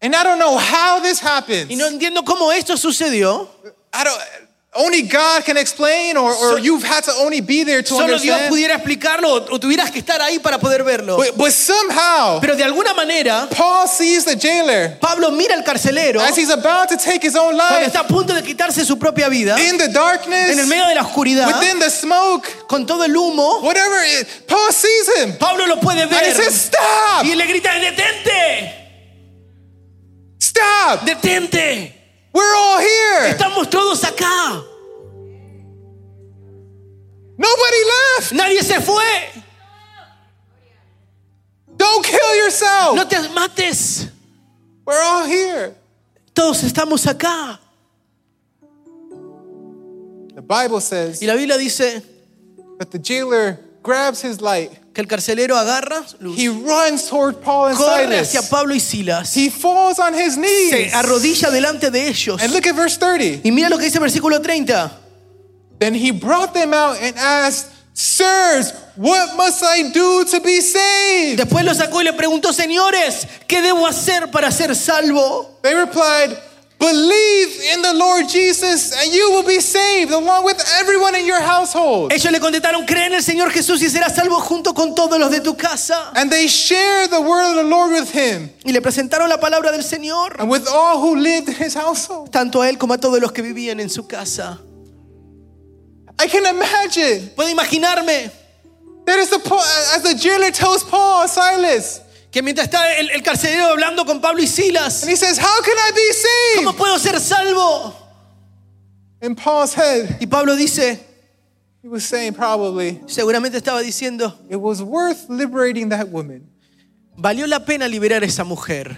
And I don't know how this Y happens. no entiendo cómo esto sucedió. I don't. only God can explain, or, or you've had to only be there to Solo Dios understand. pudiera explicarlo o, o tuvieras que estar ahí para poder verlo. But, but somehow, Pero de alguna manera, Paul sees the jailer Pablo mira al carcelero as he's about to take his own cuando life está a punto de quitarse su propia vida, in the en el darkness, medio de la oscuridad, within the smoke, con todo el humo. whatever. It, Paul sees him Pablo lo puede and he ver says, Stop! y le grita, detente, Stop! detente, We're all here! estamos todos acá, Nobody left! nadie se fue, Don't kill yourself! no te mates, We're all here. todos estamos acá. The Bible says Y la Biblia dice that the jailer grabs his light. que el carcelero agarra, luz, He runs toward Paul and corre hacia Silas. Pablo y Silas, He falls on his se knees. arrodilla delante de ellos. And look at verse 30. Y mira lo que dice el versículo 30. Then he brought them out and asked, Sirs, what must I do to be saved? Después lo sacó y le preguntó, señores, ¿qué debo hacer para ser salvo? They replied, Believe in the Lord Jesus and you will be saved along with everyone in your household. Ellos le contestaron, cree en el Señor Jesús y serás salvo junto con todos los de tu casa. And they shared the word of the Lord with him Y le presentaron la palabra del Señor, and with all who lived in his household. tanto a él como a todos los que vivían en su casa. I can imagine Puedo imaginarme That is the po- as the jailer tells Paul Silas, que mientras está el, el carcelero hablando con Pablo y Silas, and he says, "How can I be saved?" ¿cómo puedo ser salvo? In Paul's head, Y Pablo dice, he was saying probably seguramente estaba diciendo, it was worth liberating that woman. valió la pena liberar a esa mujer.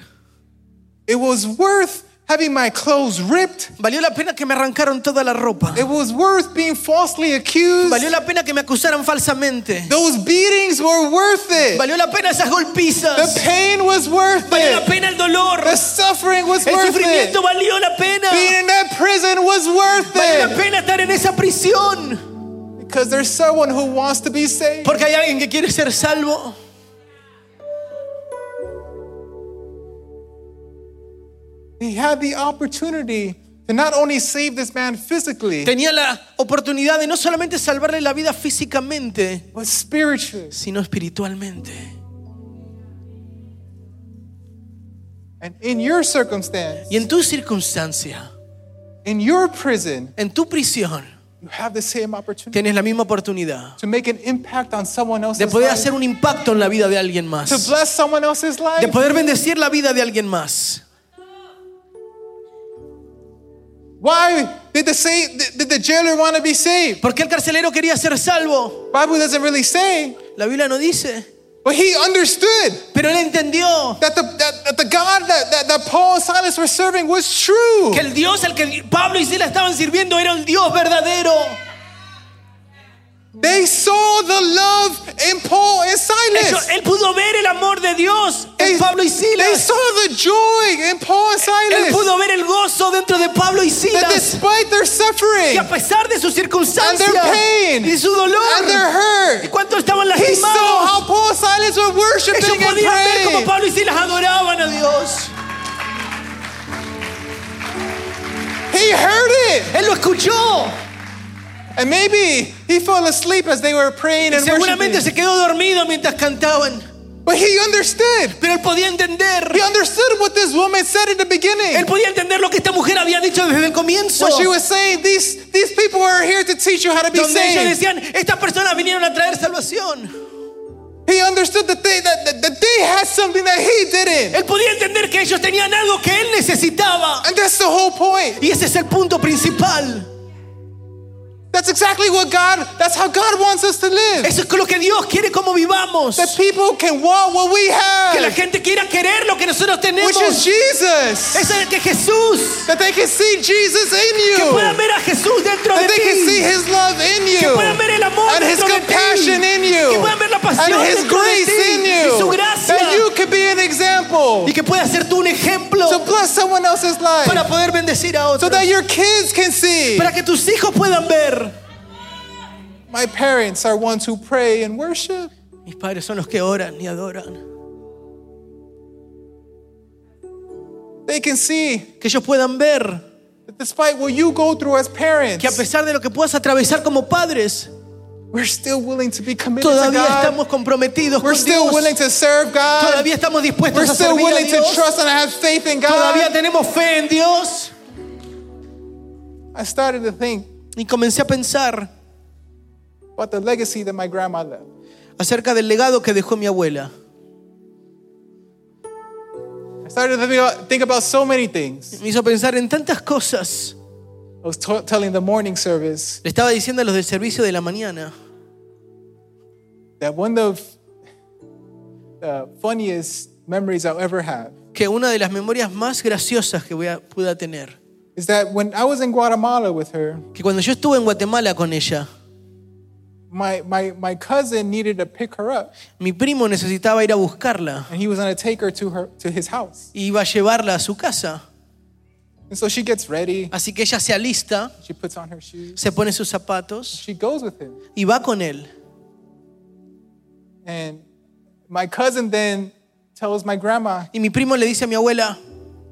It was worth having my clothes ripped. Valió la pena que me arrancaron toda la ropa. It was worth being falsely accused. Valió la pena que me acusaran falsamente. Those beatings were worth it. Valió la pena esas The golpizas. pain was worth Valió la it. pena el dolor. The suffering was El worth it. sufrimiento valió la pena. Being in that prison was worth Valió la it. pena estar en esa prisión. Because there's someone who wants to be saved. Porque hay alguien que quiere ser salvo. He had the opportunity to not only save this man physically, Tenía la oportunidad de no solamente salvarle la vida físicamente, but spiritually. sino espiritualmente. And in your circumstance, Y en tu circunstancia, in your prison, en tu prisión, you have the same opportunity tienes la misma oportunidad to make an impact on someone de else's poder life, hacer un impacto en la vida de alguien to más. bless someone else's De life. poder bendecir la vida de alguien más. Why did the, sa- did the jailer want to be saved? Porque el carcelero quería ser salvo. Bible doesn't really say, La Biblia no dice. but he understood Pero él entendió that the, that, that the God that, that, that Paul and Silas were serving was true. que el Dios al que Pablo y Silas estaban sirviendo era el Dios verdadero. They saw the love in Paul and Ellos- Silas. él pudo ver el amor de Dios en Pablo y they Silas. saw the joy in Paul and Él Silas. pudo ver el gozo dentro de Pablo y That Silas. despite their suffering Que a pesar de su and circunstancia their pain y su and their dolor, y hurt, cuánto estaban he saw lastimados, how Paul and Silas were ellos worshiping and podían ver cómo praying. Pablo y Silas adoraban a Dios. He heard it. Él lo escuchó. And maybe he fell asleep as they were praying Y and seguramente worshiping. se quedó dormido mientras cantaban. But he understood. Pero él podía entender. He understood what this woman said in the Él beginning. podía entender lo que esta mujer había dicho desde el comienzo. When she was saying, these, these people are here to teach you how to be donde saved. ellos decían, estas personas vinieron a traer salvación. He understood that they, that, that, that they had something that he didn't. Él podía entender que ellos tenían algo que él necesitaba. And that's the whole point. Y ese es el punto principal. That's exactly what God, that's how God wants us to live. Eso es con lo que Dios quiere como vivamos. That people can want what we Que la have, gente quiera querer lo que nosotros tenemos. which is Eso Jesus. es el que Jesús. That they can see Jesus in Que puedan you. ver a Jesús dentro de That they can see ti. His love in Que you. puedan ver el amor And His dentro de ti. compassion in Que you. puedan ver la pasión And His dentro de grace ti. in Y su you. gracia. That you can be an example Y que puedas ser tú un ejemplo to bless someone else's life. para poder bendecir a So otros. that your kids can see. Para que tus hijos puedan ver. My parents are ones who pray and worship. Mis padres son los que oran y adoran. They can see Que ellos puedan ver That despite what you go through as parents, que a pesar de lo que puedas atravesar como padres, we're still willing to be committed to todavía God. estamos comprometidos We're con still willing to Dios. serve God. Todavía estamos We're dispuestos a still servir a willing to Dios. trust and have faith in Todavía God. tenemos fe en Dios. I started to think Y comencé a pensar about the legacy that my grandma left. acerca del legado que dejó mi abuela. I started to think about, think about so many things. Me hizo pensar en tantas cosas. I was t- telling the morning service Le estaba diciendo a los del servicio de la mañana that one of the funniest memories I'll ever have que una de las memorias más graciosas que voy a, pueda tener, is that when I was in Guatemala with her, que cuando yo estuve en Guatemala con ella, my, my, my cousin needed to pick her up, mi primo necesitaba ir a buscarla and he was going to take her to, her to his house. y iba a llevarla a su casa. And so she gets ready, Así que ella se alista, she puts on her shoes, se pone sus zapatos she goes with him. y va con él. And my cousin then tells my grandma, Y mi primo le dice a mi abuela,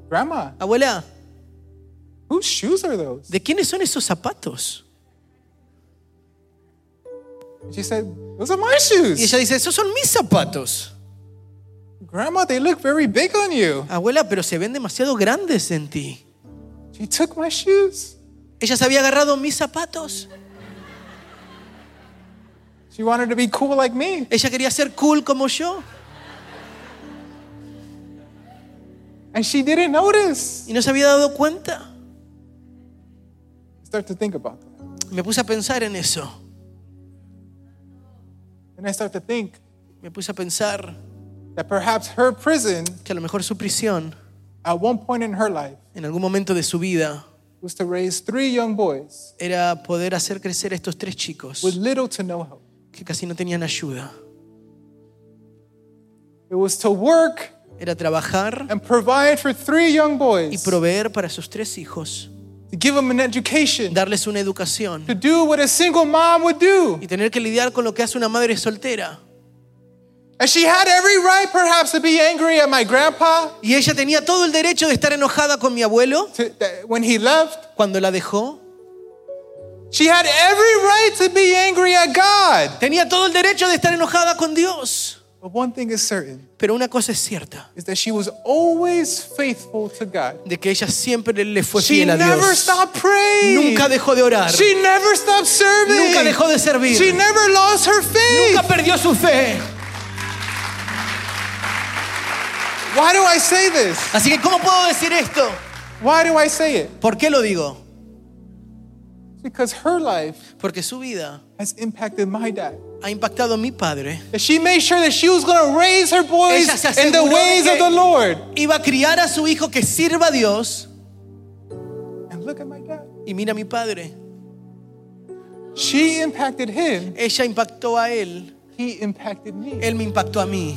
Grandma, abuela, whose shoes are those? ¿de quiénes son esos zapatos? And she said, Those are my Y shoes. ella dice, esos son mis zapatos. Grandma, they look very big on you. Abuela, pero se ven demasiado grandes en ti. She took my shoes. Ella se había agarrado mis zapatos. She wanted to be cool like me. Ella quería ser cool como yo. And she didn't notice. Y no se había dado cuenta. Start to think about that. Me puse a pensar en eso. And I start to think Me puse a pensar that perhaps her prison que a lo mejor su prisión, at one point in her life en algún momento de su vida, was to raise three young boys era poder hacer crecer a estos tres chicos with little to no help. que casi no tenían ayuda. It was to work Era trabajar and provide for three young y boys, to proveer para sus tres hijos, give them an education, darles una educación to do what a single mom would do. y tener que lidiar con lo que hace una madre soltera. And she had every right, perhaps, to be angry at my grandpa Y ella tenía todo el derecho de estar enojada con mi abuelo to, that, when he left. cuando la dejó. She had every right to be angry at God. Tenía todo el derecho de estar enojada con Dios. But one thing is certain Pero una cosa es cierta, is that she was always faithful to God. de que ella siempre le fue She fiel a never Dios. stopped praying. Nunca dejó de orar. She never stopped serving. Nunca dejó de servir. She never lost her faith. Nunca perdió su fe. Why do I say this? Así que, ¿cómo puedo decir esto? Why do I say it? ¿Por qué lo digo? Because her life Porque su vida has impacted my dad. ha impactado a mi padre. That she made sure that she was going to raise her boys Ella se in the aseguró de ways que- of the Lord. Iba a criar a su hijo que sirva a Dios. And look at my dad. Y mira a mi padre. She impacted him. Ella impactó a él. He impacted me. Él me impactó a mí.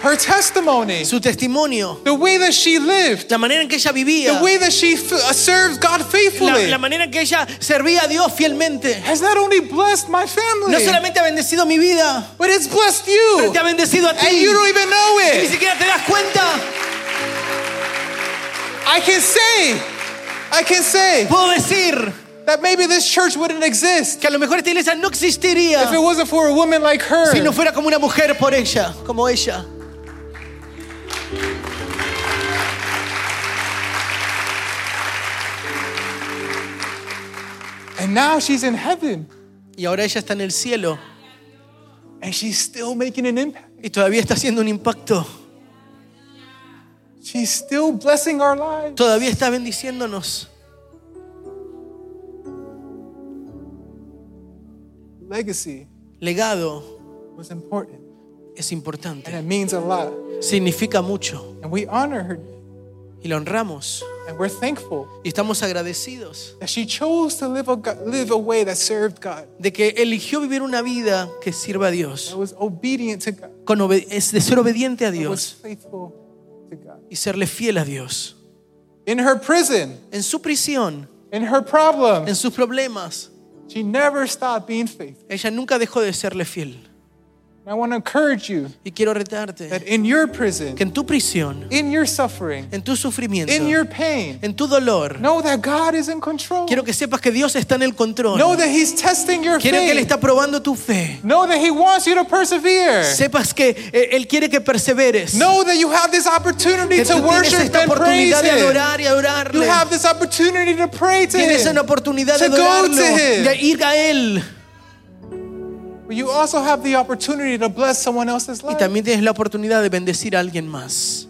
Her testimony, Su testimonio, the way that she lived, la manera en que ella vivía, the way that she f- uh, served God la, faithfully, la manera en que ella servía a Dios fielmente. has not only blessed my No family, solamente ha bendecido mi vida, but it's blessed pero you. te ha bendecido a And ti. you don't even know Ni it. siquiera te das cuenta. I can say, I can say Puedo decir that maybe this church wouldn't exist que a lo mejor esta iglesia no existiría if it wasn't for a woman like her. si no fuera como una mujer por ella, como ella. And now she's in heaven Y ahora ella está en el cielo and she's still making an impact. y todavía está haciendo un impacto. She's still blessing our lives. Todavía está bendiciéndonos. Legacy Legado was important es and importante. it means a lot. Significa mucho. And we honor her Y la honramos. and we're thankful Y estamos agradecidos that she chose to live a, go- live a way that served God, de que eligió vivir una vida que sirva a Dios. that was obedient to God, con obe- es de ser obediente that a was Dios faithful to God. y serle fiel a Dios. In her prison, En su prisión, in her problem, en sus problemas, she never stopped being faithful. ella nunca dejó de serle fiel. I want to encourage you Y quiero retarte that in your prison, que en tu prisión, in your suffering, en tu sufrimiento, in your pain, en tu dolor, know that God is in control. quiero que sepas que Dios está en el control. Know that He's testing your Quiero que Él faith. está probando tu fe. Know that He wants you to persevere. Sepas que eh, Él quiere que perseveres. Know that you have this opportunity que to tú tienes worship esta and praise oportunidad de Him. adorar y You adorarle. have this opportunity to pray to Tienes una Him. oportunidad de to go to adorarlo, Him. de ir a Él. But you also have the opportunity to bless someone else's Y life. también tienes la oportunidad de bendecir a alguien más.